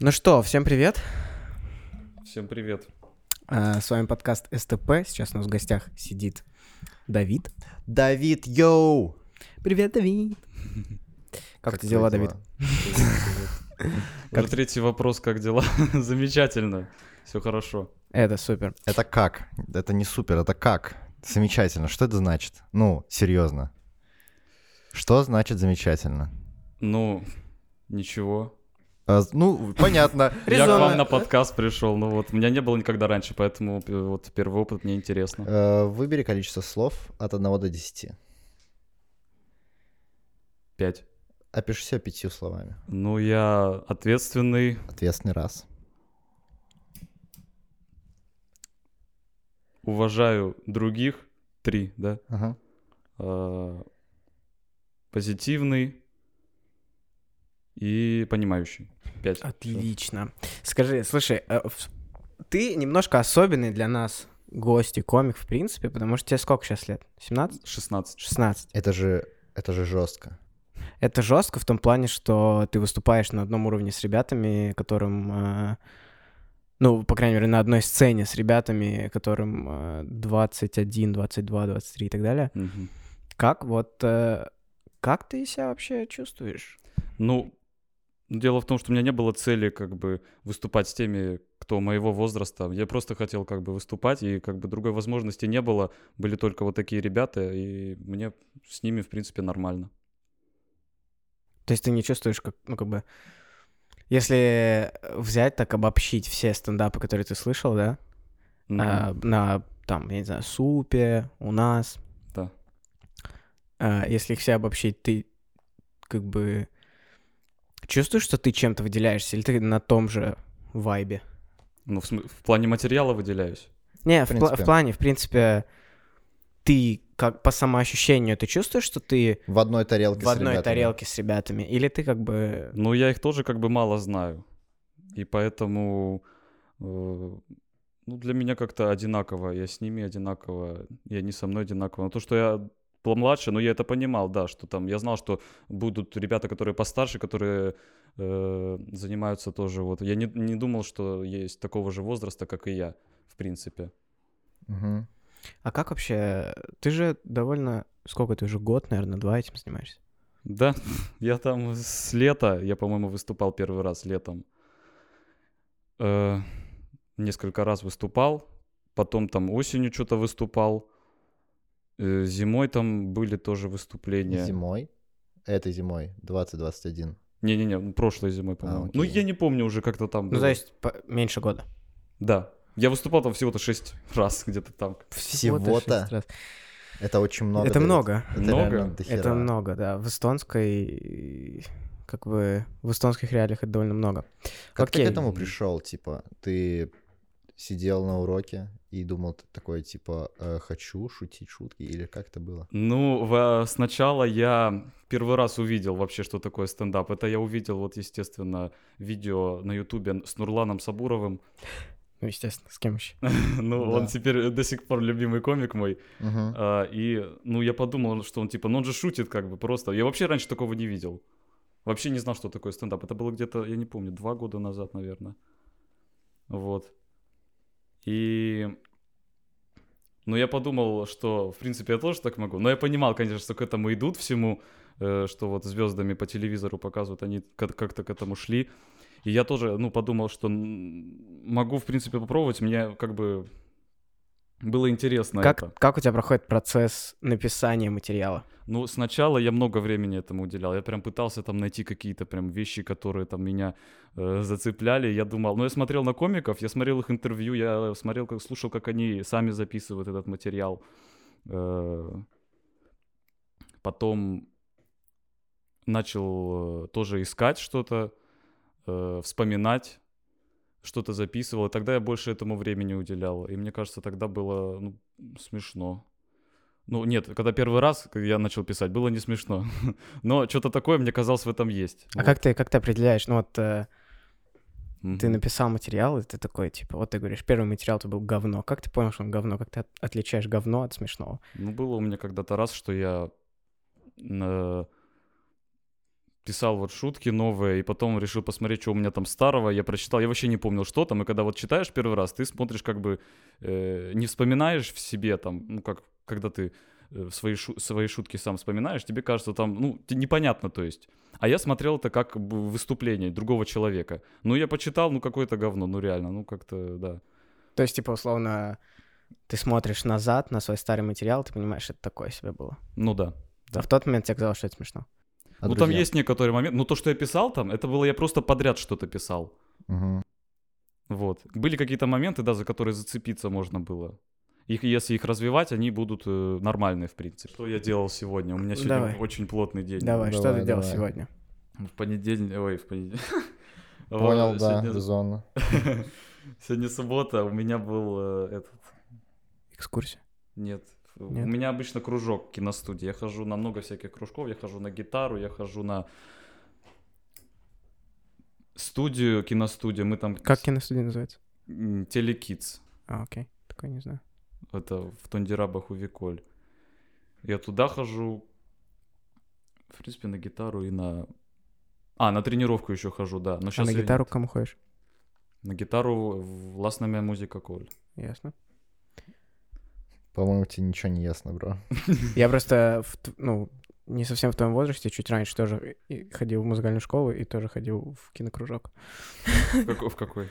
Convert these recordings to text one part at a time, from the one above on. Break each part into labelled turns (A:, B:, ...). A: Ну что, всем привет.
B: Всем привет.
C: А, С вами подкаст СТП. Сейчас у нас в гостях сидит Давид.
A: Давид, йоу!
C: Привет, Давид. Как, ты дела, Давид?
B: Уже третий вопрос, как дела? Замечательно. Все хорошо.
C: Это супер.
D: Это как? Это не супер, это как? Замечательно. Что это значит? Ну, серьезно. Что значит замечательно?
B: Ну, ничего.
D: А, з- ну, понятно.
B: Я к вам
C: Резонно.
B: на подкаст пришел, ну вот, меня не было никогда раньше, поэтому э, вот первый опыт мне интересно.
D: Э, Выбери количество слов от 1 до 10.
B: Пять.
D: Опиши себя пятью словами.
B: Ну, я ответственный,
D: Ответственный раз.
B: уважаю других, три, да?
D: Ага.
B: Э, Позитивный и понимающий, пять.
C: Отлично. Скажи, слушай, а, в- ты немножко особенный для нас гость и комик, в принципе, потому что тебе сколько сейчас лет? 17?
B: 16.
C: 16.
D: Это же, это же жестко.
C: Это жестко в том плане, что ты выступаешь на одном уровне с ребятами, которым... э, Ну, по крайней мере, на одной сцене с ребятами, которым э, 21, 22, 23 и так далее.
B: Мгм.
C: Как вот... э, Как ты себя вообще чувствуешь?
B: Ну, дело в том, что у меня не было цели как бы выступать с теми, кто моего возраста. Я просто хотел как бы выступать, и как бы другой возможности не было. Были только вот такие ребята, и мне с ними, в принципе, нормально.
C: То есть ты не чувствуешь, как, ну, как бы... Если взять, так обобщить все стендапы, которые ты слышал, да?
B: Ну,
C: а, на, там, я не знаю, Супе, у нас.
B: Да.
C: А, если их все обобщить, ты как бы чувствуешь, что ты чем-то выделяешься, или ты на том же вайбе?
B: ну, в, смы- в плане материала выделяюсь.
C: Не,
D: В
C: в, пла- в
D: принципе.
C: плане, в принципе, ты как по самоощущению, ты чувствуешь, что ты
D: В одной тарелке
C: в
D: с
C: одной
D: ребятами.
C: тарелке с ребятами, или ты как бы...
B: Но я их тоже как бы мало знаю. И поэтому э, ну, для меня как-то одинаково. Я с ними одинаково, и они со мной одинаково. Но то, что я был младше, но я это понимал, да, что там я знал, что будут ребята, которые постарше, которые э, занимаются тоже. Вот я не, не думал, что есть такого же возраста, как и я, в принципе.
D: Мгм.
C: А как вообще... Ты же довольно... Сколько ты уже? Год, наверное, два этим занимаешься?
B: Да, я там с лета, я, по-моему, выступал первый раз летом. Э, несколько раз выступал, потом там осенью что-то выступал, э, зимой там были тоже выступления.
D: Зимой. Этой зимой, 2021.
B: Не-не-не, ну, прошлой зимой, по-моему. ну,
D: окей.
B: я не помню уже, как-то там
C: Ну,
B: было.
C: то есть по- меньше года.
B: Да, я выступал там всего-то шесть раз где-то там.
D: Всего-то?
C: шесть раз.
D: Это очень много.
C: Это
D: Давид.
C: много.
D: Это
B: Много?
D: реально дохера.
C: Это много, да. В эстонской, как бы, в эстонских реалиях это довольно много.
D: Как ты
C: Окей.
D: к этому пришел, типа, ты сидел на уроке и думал ты такой, типа, «Э, хочу шутить шутки, или как это было?
B: Ну, во- сначала я первый раз увидел вообще, что такое стендап. Это я увидел, вот, естественно, видео на Ютубе с Нурланом Сабуровым.
C: Ну, естественно, с кем еще?
B: Ну, он
D: Да.
B: теперь до сих пор любимый комик мой.
D: Мгм.
B: А, И, ну, я подумал, что он типа, ну он же шутит как бы просто. Я вообще раньше такого не видел. Вообще не знал, что такое стендап. Это было где-то, я не помню, два года назад, наверное. Вот. И... Ну, я подумал, что, в принципе, я тоже так могу. Но я понимал, конечно, что к этому идут всему, э, что вот звездами по телевизору показывают, они как- как-то к этому шли. И я тоже, ну, подумал, что м, могу, в принципе, попробовать. Мне как бы было интересно это.
C: Как, как у тебя проходит процесс написания материала?
B: Ну, сначала я много времени этому уделял. Я прям пытался там найти какие-то прям вещи, которые там меня э, зацепляли. Я думал, ну, я смотрел на комиков, я смотрел их интервью, я смотрел, как слушал, как они сами записывают этот материал. Э, потом начал э, тоже искать что-то, э, вспоминать что-то записывал, и тогда я больше этому времени уделял. И мне кажется, тогда было ну, смешно. Ну, нет, когда первый раз я начал писать, было не смешно. Но что-то такое, мне казалось, в этом есть.
C: А как ты, как ты определяешь? Ну, вот э,
B: Мгм.
C: ты написал материал, и ты такой, типа, вот ты говоришь, первый материал это был говно. Как ты понял, что он говно? Как ты от- отличаешь говно от смешного?
B: Ну, было у меня когда-то раз, что я э, писал вот шутки новые, и потом решил посмотреть, что у меня там старого, я прочитал, я вообще не помнил, что там, и когда вот читаешь первый раз, ты смотришь как бы, э, не вспоминаешь в себе там, ну как, когда ты э, свои, шу- свои шутки сам вспоминаешь, тебе кажется там, ну, те- непонятно, то есть. А я смотрел это как бы выступление другого человека. Ну, я почитал, ну, какое-то говно, ну, реально, ну, как-то, да.
C: То есть, типа, условно, ты смотришь назад на свой старый материал, ты понимаешь, это такое себе было.
B: Ну, да. Да.
C: А в тот момент тебе казалось, что это смешно.
D: А
B: ну, там
D: друзья?
B: есть некоторые моменты. Ну, то, что я писал там, это было я просто подряд что-то писал.
D: Мгм.
B: Вот. Были какие-то моменты, да, за которые зацепиться можно было. Их, если их развивать, они будут э, нормальные, в принципе. Что я делал сегодня? У меня сегодня
C: Давай.
B: очень плотный день.
C: давай, что
D: давай,
C: ты делал
D: давай.
C: сегодня?
B: В понедельник... Ой, в понедельник.
D: Понял, да,
B: Сегодня-
D: резонно.
B: Сегодня суббота, у меня был э, этот...
C: Экскурсия.
B: Нет. У
C: Нет?
B: меня обычно кружок киностудии. Я хожу на много всяких кружков. Я хожу на гитару, я хожу на студию, киностудию. Мы там...
C: Как киностудия называется?
B: М, Телекидс.
C: А, окей. Такое не знаю.
B: Это в Тондерабах у Виколь. Я туда хожу, в принципе, на гитару и на... А, на тренировку еще хожу, да. Но
C: А
B: щас
C: на
B: я-
C: гитару к кому ходишь?
B: На гитару в Ласнами Музика Коль.
C: Ясно.
D: По-моему, тебе ничего не ясно, бро.
C: Я просто, в т- ну, не совсем в твоем возрасте, чуть раньше тоже и- ходил в музыкальную школу и тоже ходил в кинокружок.
B: В какой? в какой?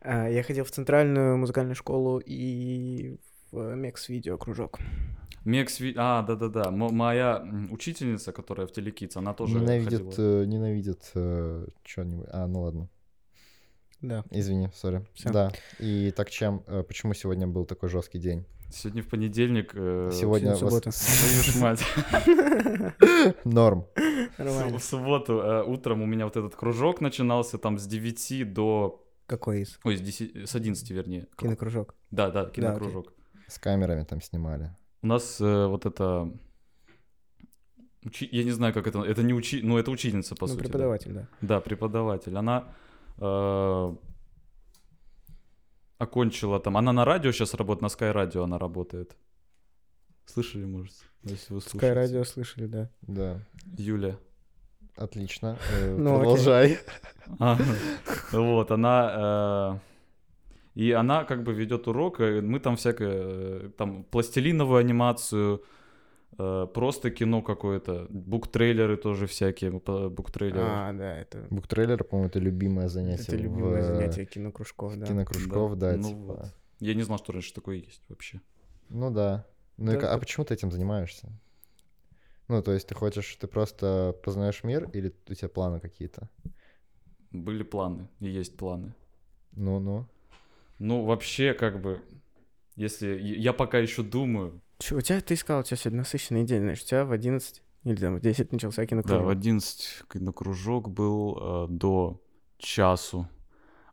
C: А, Я ходил в центральную музыкальную школу и в мекс-видео кружок.
B: Мекс... Ви- А, да-да-да. М- моя м, учительница, которая в Телекидс, она тоже
D: Ненавидит,
B: ходила.
D: э, ненавидит что-нибудь. А, ну ладно.
C: Да.
D: Извини, сори.
C: Всё.
D: Да. И так чем? э, Почему сегодня был такой жесткий день?
B: Сегодня в понедельник... э,
D: Сегодня
C: сегодня
D: вас-
C: суббота.
B: Твою ж мать.
D: норм.
C: Нормально.
B: В субботу э, утром у меня вот этот кружок начинался там с 9 до...
C: Какой из?
B: Ой, с 10 с 11, вернее.
C: Кинокружок.
B: Да, да, кинокружок.
D: С камерами там снимали.
B: У нас э, вот это... учи- Я не знаю, как это... Это не учи... Ну, это учительница, по
C: ну,
B: сути. да.
C: преподаватель, да.
B: Да, преподаватель. Она э, окончила там... Она на радио сейчас работает, на Sky Radio она работает. Слышали, может? Если вы слушаете.
C: Скай радио слышали, да.
D: Да.
B: Юля.
D: Отлично. Э,
C: Ну, окей.
D: Продолжай.
B: А, Вот, она... э, И она как бы ведет урок, и мы там всякое, э, там пластилиновую анимацию, э, просто кино какое-то, буктрейлеры тоже всякие, мы по- буктрейлеры.
C: А, да, это,
D: Буктрейлер, по-моему, это любимое занятие.
C: это любимое
D: в, э,
C: занятие кинокружков, да.
D: Кинокружков, да.
B: ну
D: типа.
B: вот. Я не знал, что раньше такое есть вообще.
D: Ну да. Ну и
C: Да,
D: ка- а
C: да.
D: почему ты этим занимаешься? Ну, то есть ты хочешь, ты просто познаешь мир или у тебя планы какие-то?
B: Были планы, и есть планы.
D: Ну-ну.
B: Ну, вообще, как бы, если... я- Я пока еще думаю.
C: Чё, у тебя, ты сказал, у тебя сегодня насыщенный день, значит, у тебя в 11 или там в 10 начался
B: Да, в
C: кинокружок.
B: 11 к- на кружок был э, до часу.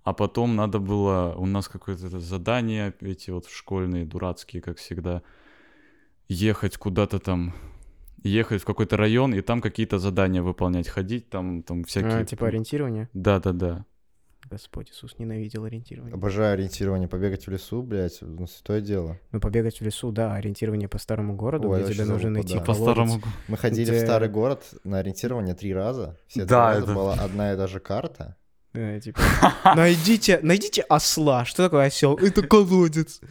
B: А потом надо было... У нас какое-то это задание, эти вот школьные, дурацкие, как всегда. Ехать куда-то там... Ехать в какой-то район и там какие-то задания выполнять. Ходить там, там всякие...
C: А, типа ориентирование.
B: Да-да-да.
C: Господь Иисус ненавидел ориентирование.
D: Обожаю ориентирование. Побегать в лесу, блядь, ну, святое дело.
C: Ну, побегать в лесу, да, ориентирование по старому городу,
D: Ой,
C: где
D: вообще
C: тебе нужно
D: залупа,
C: найти
D: да.
B: По старому...
C: колодец.
D: Мы ходили в
C: Где-
D: старый город на ориентирование три раза. Все три
B: Да,
D: раза
B: это-
D: была одна и та же карта.
C: Да, типа, найдите, найдите осла. Что такое осел? Это колодец.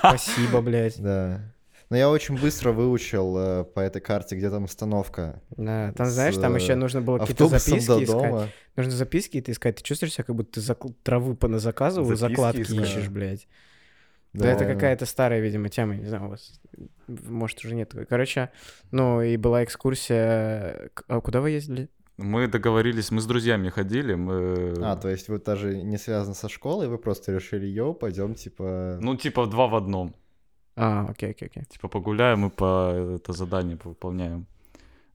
C: Спасибо, блядь.
D: Да. Но я очень быстро выучил э, по этой карте, где там остановка.
C: Да, там, знаешь, там
D: С, э,
C: еще нужно было какие-то
D: Автобусом
C: записки
D: до
C: искать.
D: дома.
C: Нужно записки ты искать. Ты чувствуешь себя, как будто ты зак- траву поназаказывал,
B: Записки
C: закладки
B: искать.
C: ищешь, блядь. Да, это
D: Реально.
C: какая-то старая, видимо, тема, я не знаю, у вас, может, уже нет такой. Короче, ну и была экскурсия... к- А куда вы ездили?
B: Мы договорились, мы с друзьями ходили, мы...
D: А, то есть вы даже не связаны со школой, вы просто решили, йоу, пойдем, типа...
B: Ну, типа два в одном.
C: А, окей, окей, окей.
B: Типа погуляем и по это задание повыполняем.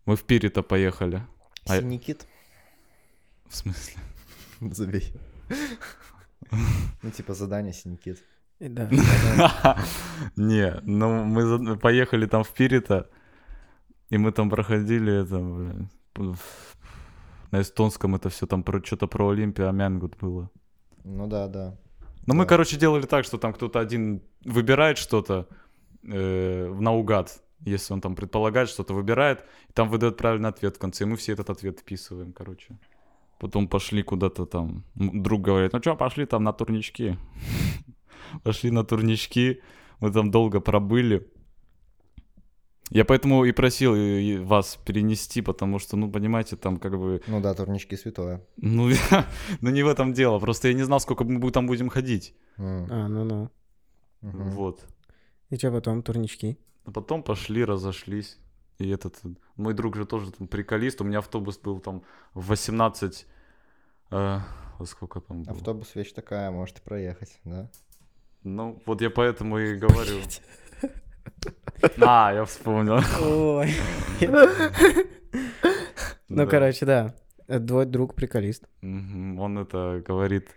B: Мы в Пири-то поехали. а-
D: Синикит.
B: В смысле?
D: Забей. Ну, типа задание Синикит.
C: И Да.
B: Не, ну мы за- поехали там в Пири-то, и мы там проходили это, блин, п- на эстонском это все там про что-то про Олимпию, Амянгут было.
D: Ну да, да.
B: Ну, мы,
D: Да.
B: короче, делали так, что там кто-то один выбирает что-то э, наугад. Если он там предполагает, что-то выбирает, и там выдает правильный ответ в конце, и мы все этот ответ вписываем, короче. Потом пошли куда-то там. М, Друг говорит, ну что, пошли там на турнички. Пошли на турнички. Мы там долго пробыли. Я поэтому и просил э, э, вас перенести, потому что, ну, понимаете, там как бы
D: Ну да, турнички святое.
B: ну, ну не в этом дело. Просто я не знал, сколько мы бу- там будем ходить.
D: М,
C: А, ну-ну.
D: мгм.
B: Вот.
C: И что потом, турнички?
B: А потом пошли, разошлись. И этот э, мой друг же тоже там приколист. У меня автобус был там в 18... э, во сколько там было?
D: Автобус вещь такая, может и проехать, да?
B: Ну, вот я поэтому и говорю. А, я вспомнил.
C: Ой. Ну,
B: Да.
C: короче, да. Двой друг приколист.
B: Мгм, Он это говорит.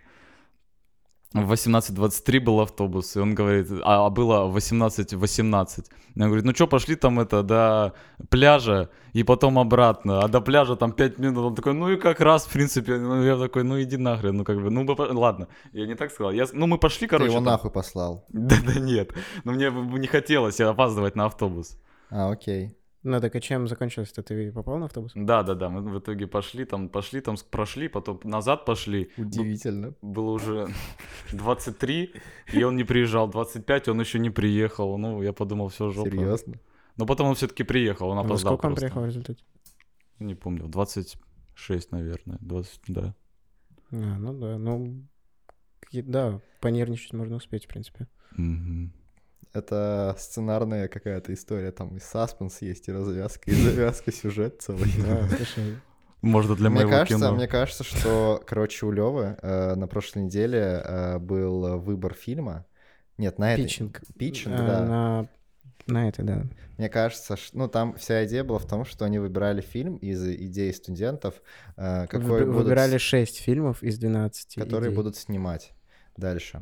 B: В 18.23 был автобус, и он говорит, а а было 18.18. И Он говорит, ну что, пошли там это до пляжа и потом обратно, а до пляжа там 5 минут. Он такой, ну и как раз, в принципе, ну я такой, ну иди нахрен, ну как бы, ну мы по- ладно, я не так сказал. Я... с- Ну мы пошли,
D: Ты
B: короче.
D: его
B: там.
D: нахуй послал.
B: Да, да нет, но мне бы не хотелось опаздывать на автобус.
D: А, окей.
C: Ну, так а чем закончилось-то? Ты попал на автобус?
B: Да, да, да, мы в итоге пошли, там пошли, там с- прошли, потом назад пошли. Ну,
D: Удивительно.
B: было уже 23, и он не приезжал. 25 он еще не приехал. Ну, я подумал, все жопа.
D: Серьезно?
B: Но потом он все-таки приехал, он
C: А во
B: опоздал
C: сколько он
B: просто.
C: приехал в результате?
B: Не помню, в 26, наверное. 20, да.
C: А, ну да, ну... какие- Да, понервничать можно успеть, в принципе.
B: Мгм.
D: Это сценарная какая-то история, там и саспенс есть, и развязка, и завязка, сюжет целый.
C: Да, слушай,
B: Можно для
D: Мне
B: моего
D: кажется,
B: кино.
D: мне кажется, что, короче, у Лёвы э, на прошлой неделе э, был выбор фильма. Нет, на этой.
C: питчинг.
D: Питчинг,
C: А,
D: да.
C: На... На это, да.
D: Мне кажется, ш- ну там вся идея была в том, что они выбирали фильм из идей студентов, э, какой
C: Выб-
D: будут
C: Выбирали 6 фильмов из 12
D: которые
C: идей.
D: будут снимать дальше.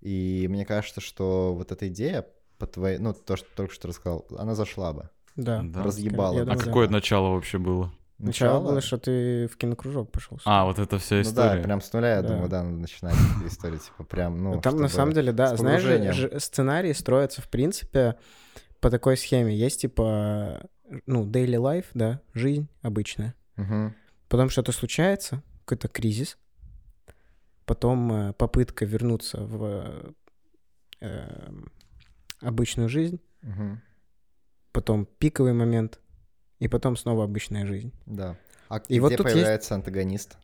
D: И мне кажется, что вот эта идея по твоей, ну то, что только что рассказал, она зашла бы.
C: Да.
B: Да.
D: Разъебала.
C: Я
B: А
C: думаю, да.
B: какое начало вообще было?
C: Сначала было, что ты в кинокружок пошел.
B: А, вот это вся
D: Ну да,
B: история.
D: прям с нуля, я
C: Да.
D: думаю, да, надо начинать эту историю, типа прям, ну.
C: Там на
D: чтобы-
C: самом деле, да,
D: с
C: знаешь, же,
D: погружением.
C: же сценарии строятся, в принципе, по такой схеме. Есть типа, ну, daily life, да, жизнь обычная.
D: Мгм.
C: Потом что-то случается, какой-то кризис. Потом э, попытка вернуться в э, обычную жизнь.
D: Мгм.
C: Потом пиковый момент. И потом снова обычная жизнь.
D: Да. А
C: И
D: где
C: вот тут есть-
D: появляется антагонист?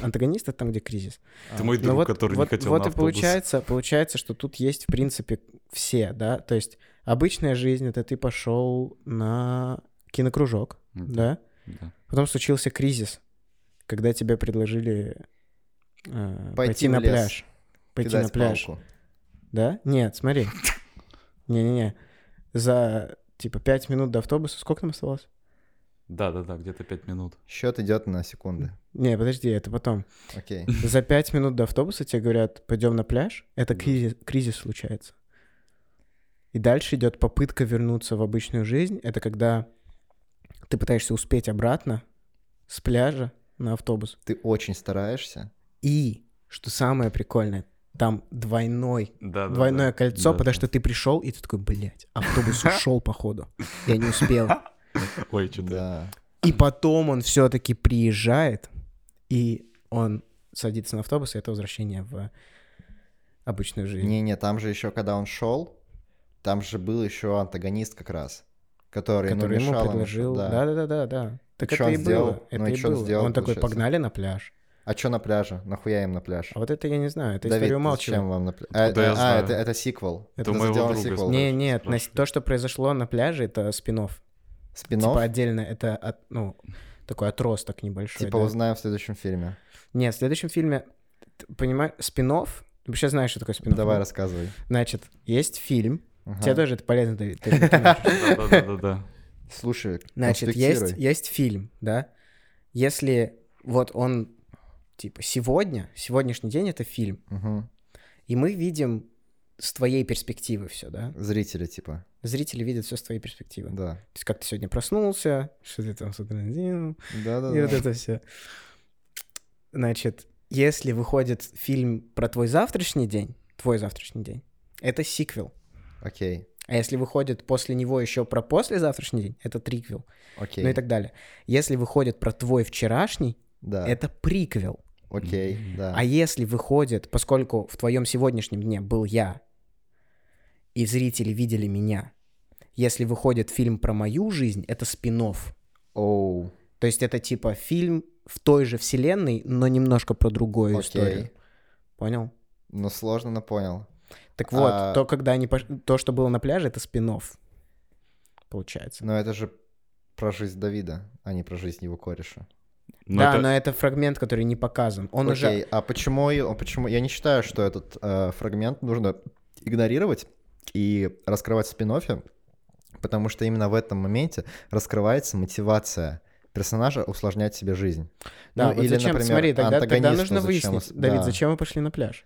D: А,
C: Антагонист это там, где кризис.
B: Ты мой
C: Ну
B: друг, который
C: вот,
B: не хотел
C: вот
B: на
C: и
B: автобус.
C: получается, получается, что тут есть, в принципе, все, да, то есть обычная жизнь, это ты пошел на кинокружок,
B: Мгм.
C: да,
B: Да.
C: потом случился кризис, когда тебе предложили э, пойти,
D: в
C: на
D: лес,
C: пляж, пойти на
D: кидать
C: пляж,
D: палку.
C: да, нет, смотри, не-не-не, за, типа, пять минут до автобуса, сколько нам оставалось?
B: да, да, да, где-то 5 минут.
D: Счет идет на секунды.
C: Не, подожди, это потом.
D: Окей.
C: За пять минут до автобуса тебе говорят, пойдем на пляж, это
B: Да.
C: кризис, кризис случается. И дальше идет попытка вернуться в обычную жизнь. Это когда ты пытаешься успеть обратно с пляжа на автобус.
D: Ты очень стараешься.
C: И, что самое прикольное, там двойной,
B: Да, да, да.
C: двойное кольцо,
B: Да,
C: потому
B: да.
C: что ты пришел, и ты такой, блядь, автобус ушел, походу. Я не успел.
B: Ой, что-то...
D: Да.
C: И потом он все-таки приезжает, и он садится на автобус, и это возвращение в обычную жизнь.
D: Не-не, там же еще, когда он шел, там же был еще антагонист как раз, который, ну,
C: который ему
D: мешал
C: предложил.
D: да.
C: Да, да, да, да, да. Так
D: чё
C: это
D: он
C: и
D: сделал?
C: было. Это
D: Ну и
C: и
D: чё он
C: было.
D: сделал,
C: Он такой,
D: получается?
C: погнали на пляж.
D: А что на пляже? Нахуя им на пляж?
C: А вот это я не знаю, это
D: Давид,
C: история
D: зачем
C: умалчивает.
D: вам на пля- А,
B: Откуда Ну, я
D: а,
B: знаю?
D: это, это сиквел.
C: Это
D: Это,
B: у моего
D: сделано
B: друга
D: сиквел.
B: спрашивал,
C: Не, нет, на-
B: спрашивает.
C: то, что произошло на пляже, это спинов.
D: Спин-офф?
C: Типа отдельно, это от- ну, такой отросток небольшой.
D: Типа
C: да.
D: узнаем в следующем фильме.
C: Нет, в следующем фильме, ты понимаешь, спинов. Ты вообще знаешь, что такое спинов?
D: Давай рассказывай.
C: Значит, есть фильм.
D: Ага.
C: Тебе тоже это полезно, Давид. ты же это знаешь.
B: Да, да, да, да.
D: Слушай,
C: Значит, есть,
D: конспектируй.
C: есть фильм, да? Если вот он, типа, сегодня, сегодняшний день это фильм,
D: Мгм.
C: и мы видим с твоей перспективы все, да?
D: Зрители, типа.
C: Зрители видят все с твоей перспективы.
D: Да.
C: То есть, как ты сегодня проснулся, что ты там с утра делал,
D: Да, да,
C: и вот это все. Значит, если выходит фильм про твой завтрашний день, твой завтрашний день, это сиквел.
D: Окей.
C: А если выходит после него еще про послезавтрашний день, это триквел,
D: Окей.
C: ну и так далее. Если выходит про твой вчерашний,
D: Да.
C: это приквел.
D: Окей, да.
C: А если выходит, поскольку в твоем сегодняшнем дне был я, и зрители видели меня, если выходит фильм про мою жизнь, это спин
D: Оу.
C: То есть это типа фильм в той же вселенной, но немножко про другую
D: Окей.
C: историю. Понял?
D: Ну, сложно, но понял.
C: Так вот,
D: А-
C: то, когда они пош- то, что было на пляже, это спин Получается.
D: Но это же про жизнь Давида, а не про жизнь его кореша.
B: Но
C: да,
B: это-
C: но это фрагмент, который не показан. Он уже.
D: Окей, а почему, её- почему... Я не считаю, что этот э, фрагмент нужно игнорировать и раскрывать в спин потому что именно в этом моменте раскрывается мотивация персонажа усложнять себе жизнь.
C: Да,
D: Ну,
C: вот зачем? Смотри, тогда, тогда
D: антагонисту
C: нужно
D: зачем
C: выяснить.
D: ус-
C: Давид,
D: да.
C: зачем вы пошли на пляж?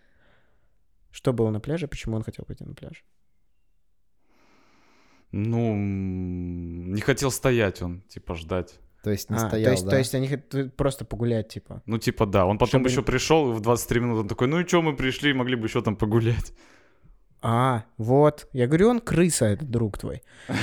C: Что было на пляже, почему он хотел пойти на пляж?
B: Ну, м, не хотел стоять он, типа ждать.
D: То есть не
C: А,
D: стоял,
C: то, есть,
D: да?
C: то есть они хот- просто погулять, типа.
B: Ну, типа, да. Он потом
C: Чтобы
B: еще
C: не-
B: пришел, и в 23 минуты он такой, ну и что мы пришли, могли бы еще там погулять.
C: А, вот. Я говорю, он крыса, этот друг твой.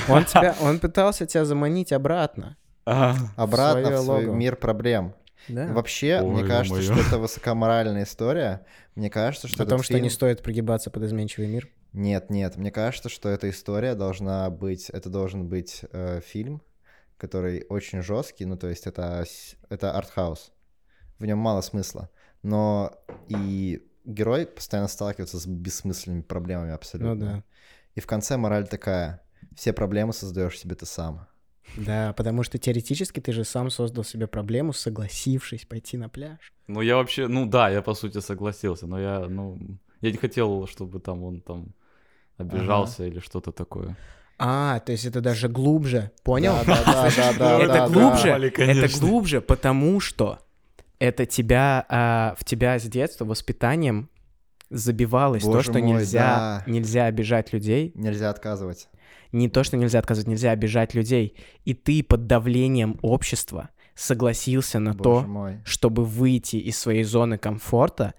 C: Он, тебя, он пытался тебя заманить обратно.
B: А,
D: Обратно
C: своё
D: в свой
C: логово.
D: мир проблем.
C: Да.
D: Вообще, мне
B: Ой,
D: кажется,
B: ё-моё.
D: что это высокоморальная история. Мне кажется, что
C: О том,
D: этот
C: что не
D: фильм-
C: стоит прогибаться под изменчивый мир.
D: Нет, нет, мне кажется, что эта история должна быть, это должен быть э, фильм, который очень жесткий, ну то есть это с- это артхаус, в нем мало смысла, но и герой постоянно сталкивается с бессмысленными проблемами абсолютно.
C: Ну да.
D: И в конце мораль такая: все проблемы создаешь себе ты сам.
C: Да, потому что теоретически ты же сам создал себе проблему, согласившись пойти на пляж.
B: ну я вообще, ну да, я по сути согласился, но я, ну, я не хотел, чтобы там он там обижался или что-то такое.
C: А, то есть это даже глубже, понял?
D: Да, да, да, да,
C: Это
D: да, да.
C: глубже,
B: Али, конечно.
C: это глубже, потому что это тебя, а, в тебя с детства воспитанием забивалось то,
D: Боже
C: что
D: мой,
C: нельзя,
D: да.
C: нельзя обижать людей,
D: Нельзя отказывать.
C: не то, что нельзя отказывать, нельзя обижать людей. И ты под давлением общества согласился
B: А
C: на
D: Боже
C: то,
D: мой.
C: чтобы выйти из своей зоны комфорта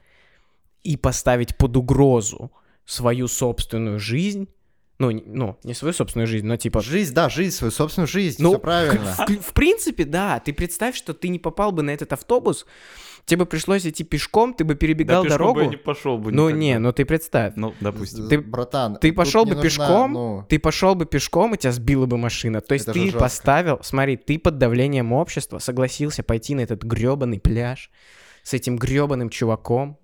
C: и поставить под угрозу свою собственную жизнь. Ну, не- ну не свою собственную жизнь, но типа...
D: Жизнь, да, жизнь, свою собственную жизнь,
C: Ну,
D: все правильно.
C: В, в принципе, да, ты представь, что ты не попал бы на этот автобус, тебе бы пришлось идти пешком, ты бы перебегал
B: да, пешком
C: дорогу.
B: бы я не пошел бы.
C: Ну
B: никогда.
C: не, ну ты представь.
B: Ну, допустим.
C: Ты-
D: братан,
C: ты
D: тут
C: пошёл
D: не
C: бы
D: нужна,
C: пешком?
D: ну,
C: Ты пошел бы пешком, и тебя сбила бы машина. То есть
D: Это же
C: ты
D: жестко.
C: поставил, смотри, ты под давлением общества согласился пойти на этот грёбаный пляж с этим грёбаным чуваком.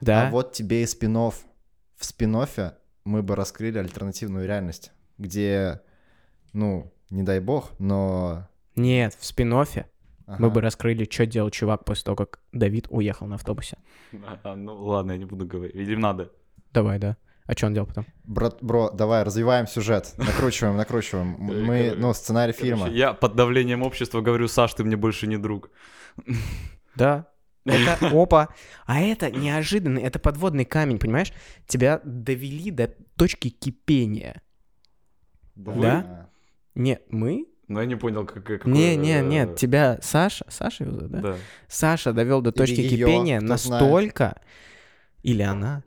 C: Да.
D: А вот тебе и спин В спин мы бы раскрыли альтернативную реальность, где, ну, не дай бог, но...
C: Нет, в спин
D: ага.
C: мы бы раскрыли, что делал чувак после того, как Давид уехал на автобусе.
B: А, ну ладно, я не буду говорить. Или надо.
C: Давай, да. А что он делал потом?
D: Брат, бро, давай, развиваем сюжет, накручиваем, накручиваем.
B: Э,
D: Мы,
B: короче,
D: ну, сценарий фильма.
B: Короче, я под давлением общества говорю, Саш, ты мне больше не друг.
C: Да. Это опа. А это неожиданно, это подводный камень, понимаешь? Тебя довели до точки кипения. Да? Нет, мы?
B: Но я не понял, как... как-
C: Не,
B: какое,
C: не,
B: э,
C: нет, тебя Саша, Саша его зовут, да?
B: Да.
C: Саша довел до
D: Или
C: точки
D: её,
C: кипения
D: кто
C: настолько, или она,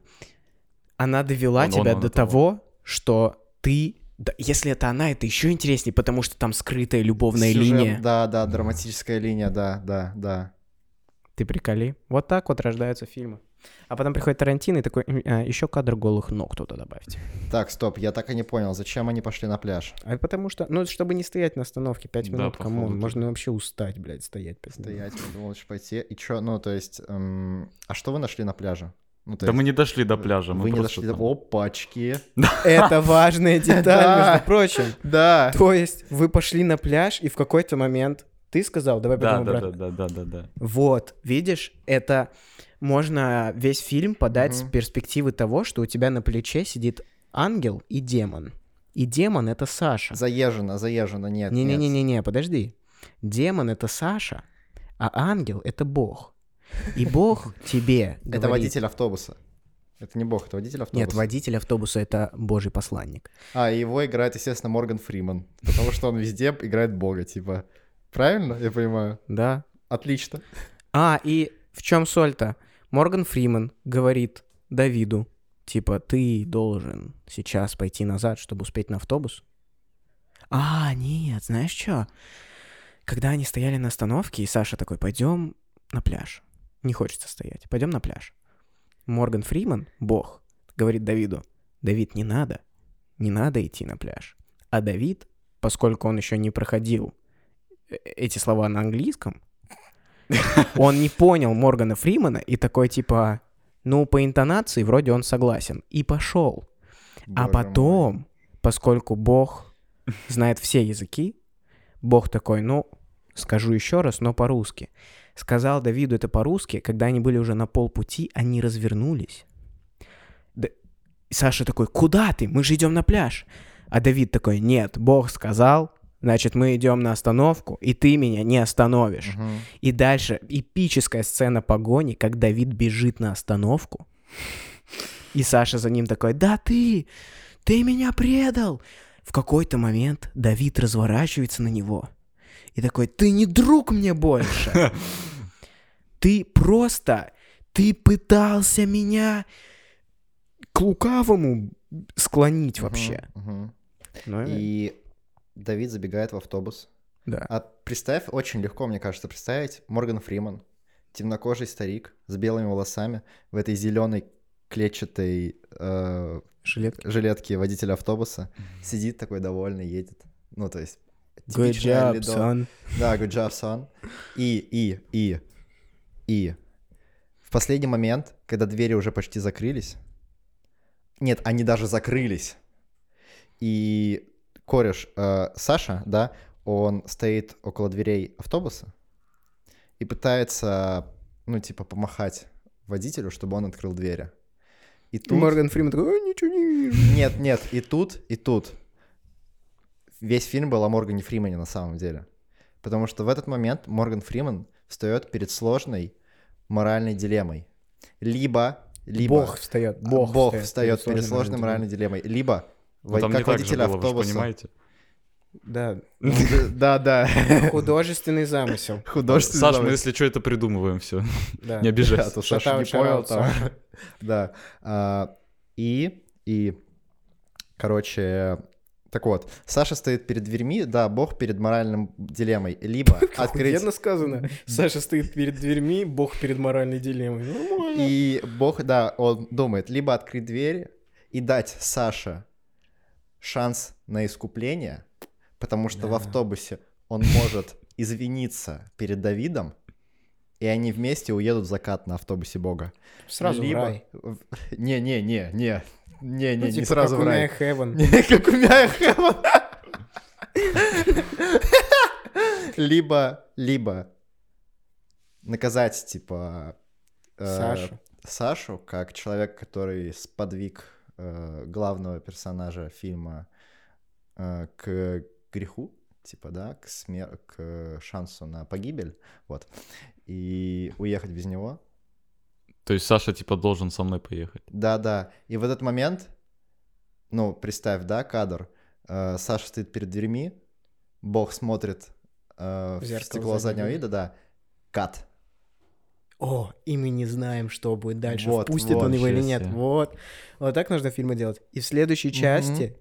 C: она довела
B: Он, он,
C: тебя
B: он,
C: до
B: это
C: того, что ты, да, если это она, это еще интереснее, потому что там скрытая любовная
D: Сюжет,
C: линия.
D: Да, да, драматическая линия, да, да, да.
C: Ты приколи. Вот так вот рождаются фильмы. А потом приходит Тарантино и такой, еще кадр голых ног туда добавьте.
D: Так, стоп, я так и не понял, зачем они пошли на пляж?
C: А потому что, ну, чтобы не стоять на остановке 5
B: Да,
C: минут,
B: походу,
C: кому
B: да.
C: можно вообще устать, блядь, стоять. пять минут.
D: Стоять, я думал, лучше пойти. И чё, ну, то есть, эм, а что вы нашли на пляже? Ну, то
B: Да
D: есть
B: мы не дошли до пляжа. мы
D: Вы не
B: просто
D: дошли до...
B: там-
D: Опачки.
C: Это важная деталь,
D: Да.
C: между прочим.
D: Да.
C: То есть вы пошли на пляж, и в какой-то момент ты сказал, давай
B: Да,
C: пойдем
B: да, да,
C: обратно.
B: да, да, да, да.
C: Вот, видишь, это можно весь фильм подать с
D: Мгм.
C: перспективы того, что у тебя на плече сидит ангел и демон. И демон это Саша.
D: Заезжено, заезжено, нет. нет.
C: Не-не-не-не, подожди. Демон это Саша, а ангел это Бог. И Бог тебе говорит...
D: Это водитель автобуса. Это не бог, это водитель автобуса.
C: Нет, водитель автобуса это Божий посланник.
D: А, и его играет, естественно, Морган Фриман. Потому что он везде играет бога, типа. Правильно, я понимаю?
C: Да,
D: Отлично.
C: А, и в чем соль-то? Морган Фриман говорит Давиду, Типа, ты должен сейчас пойти назад, чтобы успеть на автобус. А, нет, знаешь что? Когда они стояли на остановке, и Саша такой, пойдем на пляж. Не хочется стоять, пойдем на пляж. Морган Фриман, бог, говорит Давиду, Давид, не надо, не надо идти на пляж. А Давид, поскольку он еще не проходил э- эти слова на английском, он не понял Моргана Фримана и такой типа, ну, по интонации вроде он согласен. И пошел. А
D: Боже
C: потом, поскольку Бог знает все языки, Бог такой, ну, скажу еще раз, но по-русски. Сказал Давиду это по-русски, когда они были уже на полпути, они развернулись. Да- и Саша такой, куда ты? Мы же идем на пляж. А Давид такой, нет, Бог сказал, значит, мы идем на остановку, и ты меня не остановишь.
D: мой. Мгм.
C: И дальше эпическая сцена погони, как Давид бежит на остановку. И Саша за ним такой, да ты, ты меня предал. В какой-то момент Давид разворачивается на него и такой, ты не друг мне больше. Ты просто, ты пытался меня к лукавому склонить вообще.
D: Мгм.
C: Ну,
D: И Давид забегает в автобус.
C: да.
D: А представь, очень легко, мне кажется, представить Морган Фриман, темнокожий старик с белыми волосами в этой зеленой клетчатой э,
C: Жилетка.
D: жилетке водителя автобуса, сидит такой довольный, едет. Ну, то есть...
C: Good
D: типичная
C: job,
D: лидо-
C: son.
D: Да, good job, son. И, и, и, и. В последний момент, когда двери уже почти закрылись, нет, они даже закрылись, и кореш э, Саша, да, он стоит около дверей автобуса и пытается, ну, типа, помахать водителю, чтобы он открыл двери. И тут...
C: Морган Фриман такой, «Ой, ничего не вижу.
D: Нет, нет, и тут, и тут. Весь фильм был о Моргане Фримане на самом деле. Потому что в этот момент Морган Фриман встает перед сложной моральной дилеммой. Либо, либо
C: Бог встает. Бог,
D: встает перед сложной моральной дилеммой. Либо
B: Ну,
D: во-
B: там не
D: как
B: так же
D: водитель
B: было, вы же
D: автобуса.
B: понимаете.
C: Да.
D: Да, да.
C: Художественный замысел.
D: Художественный
B: Саш, мы
D: навык.
B: если что, это придумываем все.
C: Да.
B: Не
D: Да,
B: обижайся.
D: то Саша
C: Шатаут,
D: не понял
C: шараут,
D: там. Да. А, И, и, короче, так вот, Саша стоит перед дверьми, да, бог перед моральным дилеммой. Либо открыть...
C: Охуенно сказано. Саша стоит перед дверьми, бог перед моральной дилеммой. Нормально.
D: И бог, да, он думает, либо открыть дверь и дать Саше шанс на искупление, потому что в
C: Да.
D: автобусе он может извиниться перед Давидом, и они вместе уедут в закат на автобусе бога.
C: Сразу в
D: либо...
C: рай.
D: в- Не-не-не, не, не, не,
C: Ну,
D: не
C: типа,
D: сразу
C: как
D: в
C: у
D: рай.
C: Nia Heaven.
D: Не, Как у меня Хэвен. Либо, либо наказать, типа... э,
C: Саша.
D: Сашу, как человек, который сподвиг э, главного персонажа фильма э, к греху, типа, да, к, смер- к э, шансу на погибель, вот, и уехать без него.
B: То есть Саша, типа, должен со мной поехать.
D: Да-да, и в этот момент, ну, представь, да, кадр, э, Саша стоит перед дверьми, Бог смотрит э,
C: В
D: в
C: зеркало заднего
D: стекло заднего вида, да, кат.
C: О, и мы не знаем, что будет дальше.
D: Вот,
C: Впустит
D: вот,
C: он его или
B: жесть,
C: нет.
B: я.
C: Вот. Вот так нужно фильмы делать. И в следующей части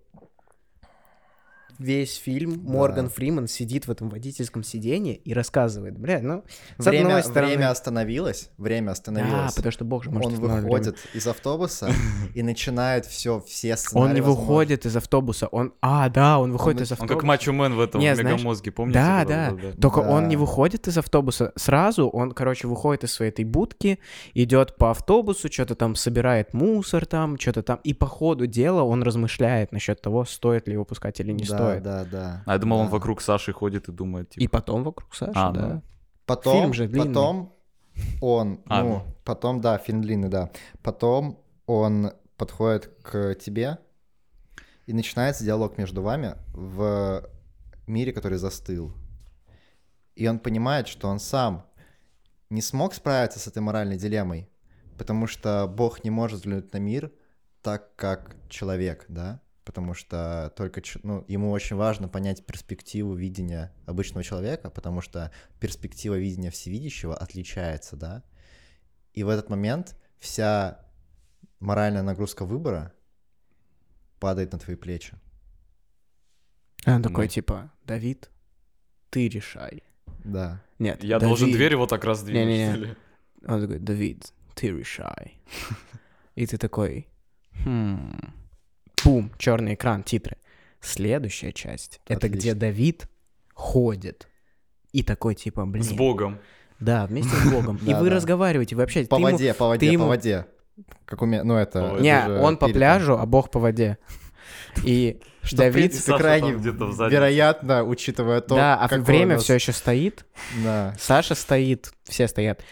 C: весь фильм Морган
D: Да.
C: Фриман сидит в этом водительском сиденье и рассказывает. Бля, ну, с
D: Время,
C: одной стороны...
D: время остановилось, время
C: Да,
D: остановилось.
C: потому что бог же может
D: он
C: останавливать
D: выходит из автобуса и начинает все, все сценарии.
C: Он не
D: возможные.
C: выходит из автобуса, он... А, да, он выходит
D: Он-
C: из
B: Он
C: автобуса.
B: как Мачо Мэн в этом
C: Не, знаешь-
B: мегамозге, помните?
C: Да,
B: когда
C: да.
B: вот это?
C: Только он не
D: Да.
C: выходит из автобуса сразу, он, короче, выходит из своей этой будки, идет по автобусу, что-то там собирает мусор там, что-то там, и по ходу дела он размышляет насчет того, стоит ли его пускать или не
D: да,
C: стоит.
D: Да, да.
B: А я думал, он
D: да.
B: вокруг Саши ходит и думает,
C: И
B: типа...
C: потом вокруг Саши,
B: А,
C: да.
B: ну.
D: Потом,
C: Фильм же длинный.
D: потом он,
B: А,
D: ну,
B: ну.
D: потом, да, фильм длинный, да. Потом он подходит к тебе, и начинается диалог между вами в мире, который застыл. И он понимает, что он сам не смог справиться с этой моральной дилеммой, потому что Бог не может взглянуть на мир так, как человек, да? Потому что только ч- ну, ему очень важно понять перспективу видения обычного человека, потому что перспектива видения всевидящего отличается, да? И в этот момент вся моральная нагрузка выбора падает на твои плечи.
C: А, такой
B: Ну.
C: типа, Давид, ты решай.
D: Да.
C: Нет,
B: Я должен
C: «Давид».
B: дверь вот так раздвинуть,
C: Не-не-не.
B: что ли?
C: Он такой, Давид, ты решай. И ты такой, «Хм». бум, черный экран, титры. Следующая часть, это
D: Отлично.
C: где Давид ходит. И такой типа, блин.
B: С Богом.
C: Да, вместе с Богом. И
D: Да,
C: вы
D: да.
C: разговариваете, вы общаетесь.
D: По
C: Ты ему-
D: воде, по воде,
C: ему-
D: по воде. Как у меня, ну это...
B: По
D: это
C: Не,
D: же
C: он по
D: перед-
C: пляжу, а Бог по воде. И
D: Что, в
C: Давид,
D: принципе,
B: Саша
D: крайне
B: там где-то сзади.
D: вероятно, учитывая то,
C: да, а
D: какое у
C: время
D: нас-
C: все еще стоит.
D: Да.
C: Саша стоит, все стоят.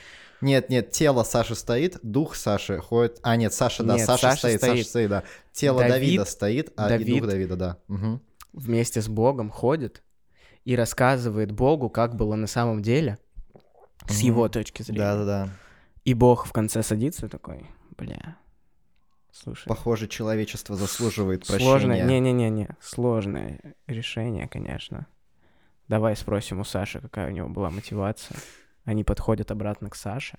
D: Нет, нет, тело Саши стоит, дух Саши ходит... А, нет, Саша, да,
C: Нет,
D: Саша,
C: Саша
D: стоит,
C: стоит.
D: Саша стоит, да. Тело
C: Давид-
D: Давида стоит, а и
C: Давид-
D: дух Давида, да. Мгм.
C: вместе с Богом ходит и рассказывает Богу, как было на самом деле, с
D: Мгм.
C: его точки зрения.
D: Да-да-да.
C: И Бог в конце садится и такой, бля, слушай,
D: Похоже, человечество заслуживает прощения.
C: сложное, не-не-не-не, сложное решение, конечно. Давай спросим у Саши, какая у него была мотивация. Они подходят обратно к Саше.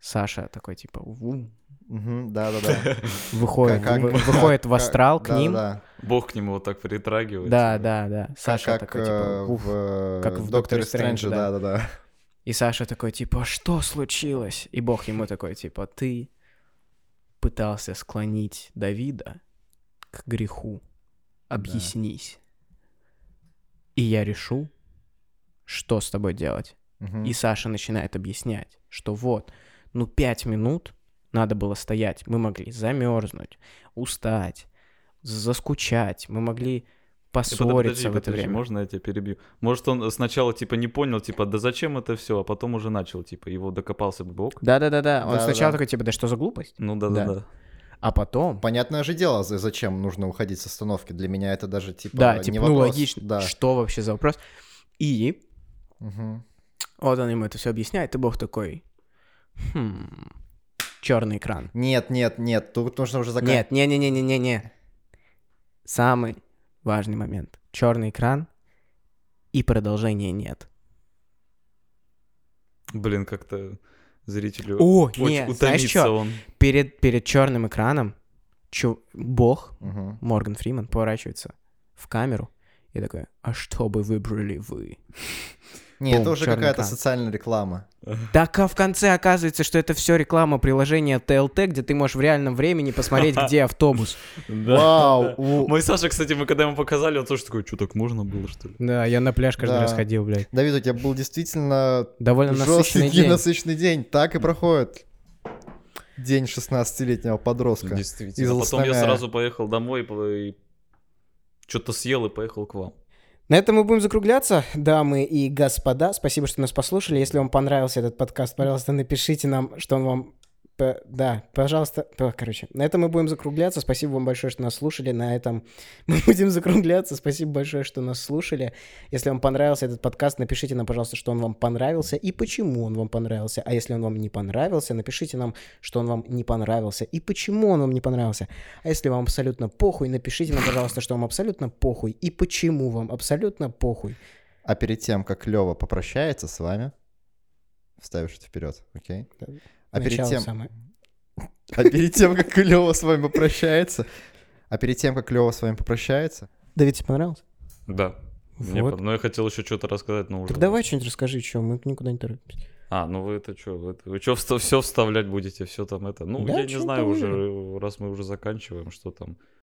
C: Саша такой, типа, «Ву».
D: Мгм, Да-да-да.
C: выходит,
D: Как-
C: вы-
D: как-
C: выходит в
D: как-
C: астрал к ним.
D: да-да-да.
B: Бог к нему вот так притрагивается.
C: Да, да, да. Саша
D: как,
C: такой,
D: э,
C: типа, «Уф».
D: в,
C: как в «Докторе
D: Докторе Стрэнджа,
C: Стрэнджа», да.
D: да-да-да.
C: И Саша такой, типа, что случилось? И Бог ему такой, типа, ты пытался склонить Давида к греху. Объяснись. И я решу, что с тобой делать.
D: Мгм.
C: И Саша начинает объяснять, что вот, ну, пять минут надо было стоять. Мы могли замерзнуть, устать, заскучать. Мы могли
B: Э, под-
C: поссориться в это
B: подожди,
C: время.
B: Можно я тебя перебью? Может, он сначала типа не понял, типа, да зачем это все, а потом уже начал, типа, его докопался бы Бог.
C: Да-да-да-да. Он
D: Да-да-да.
C: сначала такой, типа, да что за глупость?
B: Ну да, да,
C: Да.
B: да.
C: А потом...
D: Понятное же дело, за- зачем нужно уходить с остановки. Для меня это даже типа
C: Да,
D: не
C: типа, ну
D: вопрос.
C: логично.
D: Да.
C: Что вообще за вопрос? И
D: Мгм.
C: вот он ему это все объясняет, и бог такой. Хм. Черный экран.
D: Нет, нет, нет, тут нужно уже заканчивать.
C: Нет, не, не, не, не, не, не. Самый важный момент. Черный экран и продолжения нет.
B: Блин, как-то зрителю
C: О,
B: Э, очень
C: нет, знаешь
B: утомится
C: чё?
B: он.
C: Перед, перед черным экраном чу- бог
D: Мгм.
C: Морган Фриман поворачивается в камеру и такой, а что бы выбрали вы?
D: Не, это
C: Бум,
D: уже
C: чёрный
D: какая-то
C: экран.
D: социальная реклама.
C: Так, а в конце оказывается, что это все реклама приложения ТЛТ, где ты можешь в реальном времени посмотреть, где автобус.
D: Вау! у-
B: Мой Саша, кстати, мы когда ему показали, он тоже такой, что так можно было, что ли?
C: Да, я на пляж каждый
D: Да.
C: раз ходил, блядь.
D: Давид, у тебя был действительно
C: Довольно
D: жесткий
C: насыщенный день.
D: насыщенный день. Так и проходит день 16-летнего подростка.
B: Действительно.
D: Из
B: А потом я
D: Лосномя.
B: сразу поехал домой и что-то съел и поехал к вам.
C: На этом мы будем закругляться, дамы и господа. Спасибо, что нас послушали. Если вам понравился этот подкаст, пожалуйста, напишите нам, что он вам... п- Да, пожалуйста. п- Короче, на этом мы будем закругляться. Спасибо вам большое, что нас слушали. На этом мы будем закругляться. Спасибо большое, что нас слушали. Если вам понравился этот подкаст, напишите нам, пожалуйста, что он вам понравился и почему он вам понравился. А если он вам не понравился, напишите нам, что он вам не понравился и почему он вам не понравился. А если вам абсолютно похуй, напишите нам, пожалуйста, что вам абсолютно похуй и почему вам абсолютно похуй.
D: А перед тем, как Лева попрощается с вами, вставишь это вперед, окей?
C: Да.
D: А перед
C: Начало
D: тем,
C: самое.
D: а перед тем, как Лева с вами попрощается, а перед тем, как Лева с вами попрощается,
C: Давид, тебе понравилось?
B: Да. Мне
C: Вот.
B: под- Но я хотел еще что-то рассказать, но уже...
C: Так давай что-нибудь расскажи, что мы никуда не торопимся.
B: А, ну вы это что, вы, что все вставлять будете, все там это. Ну,
C: Да,
B: я не
C: чё
B: знаю
C: там
B: уже, раз мы уже заканчиваем, что там.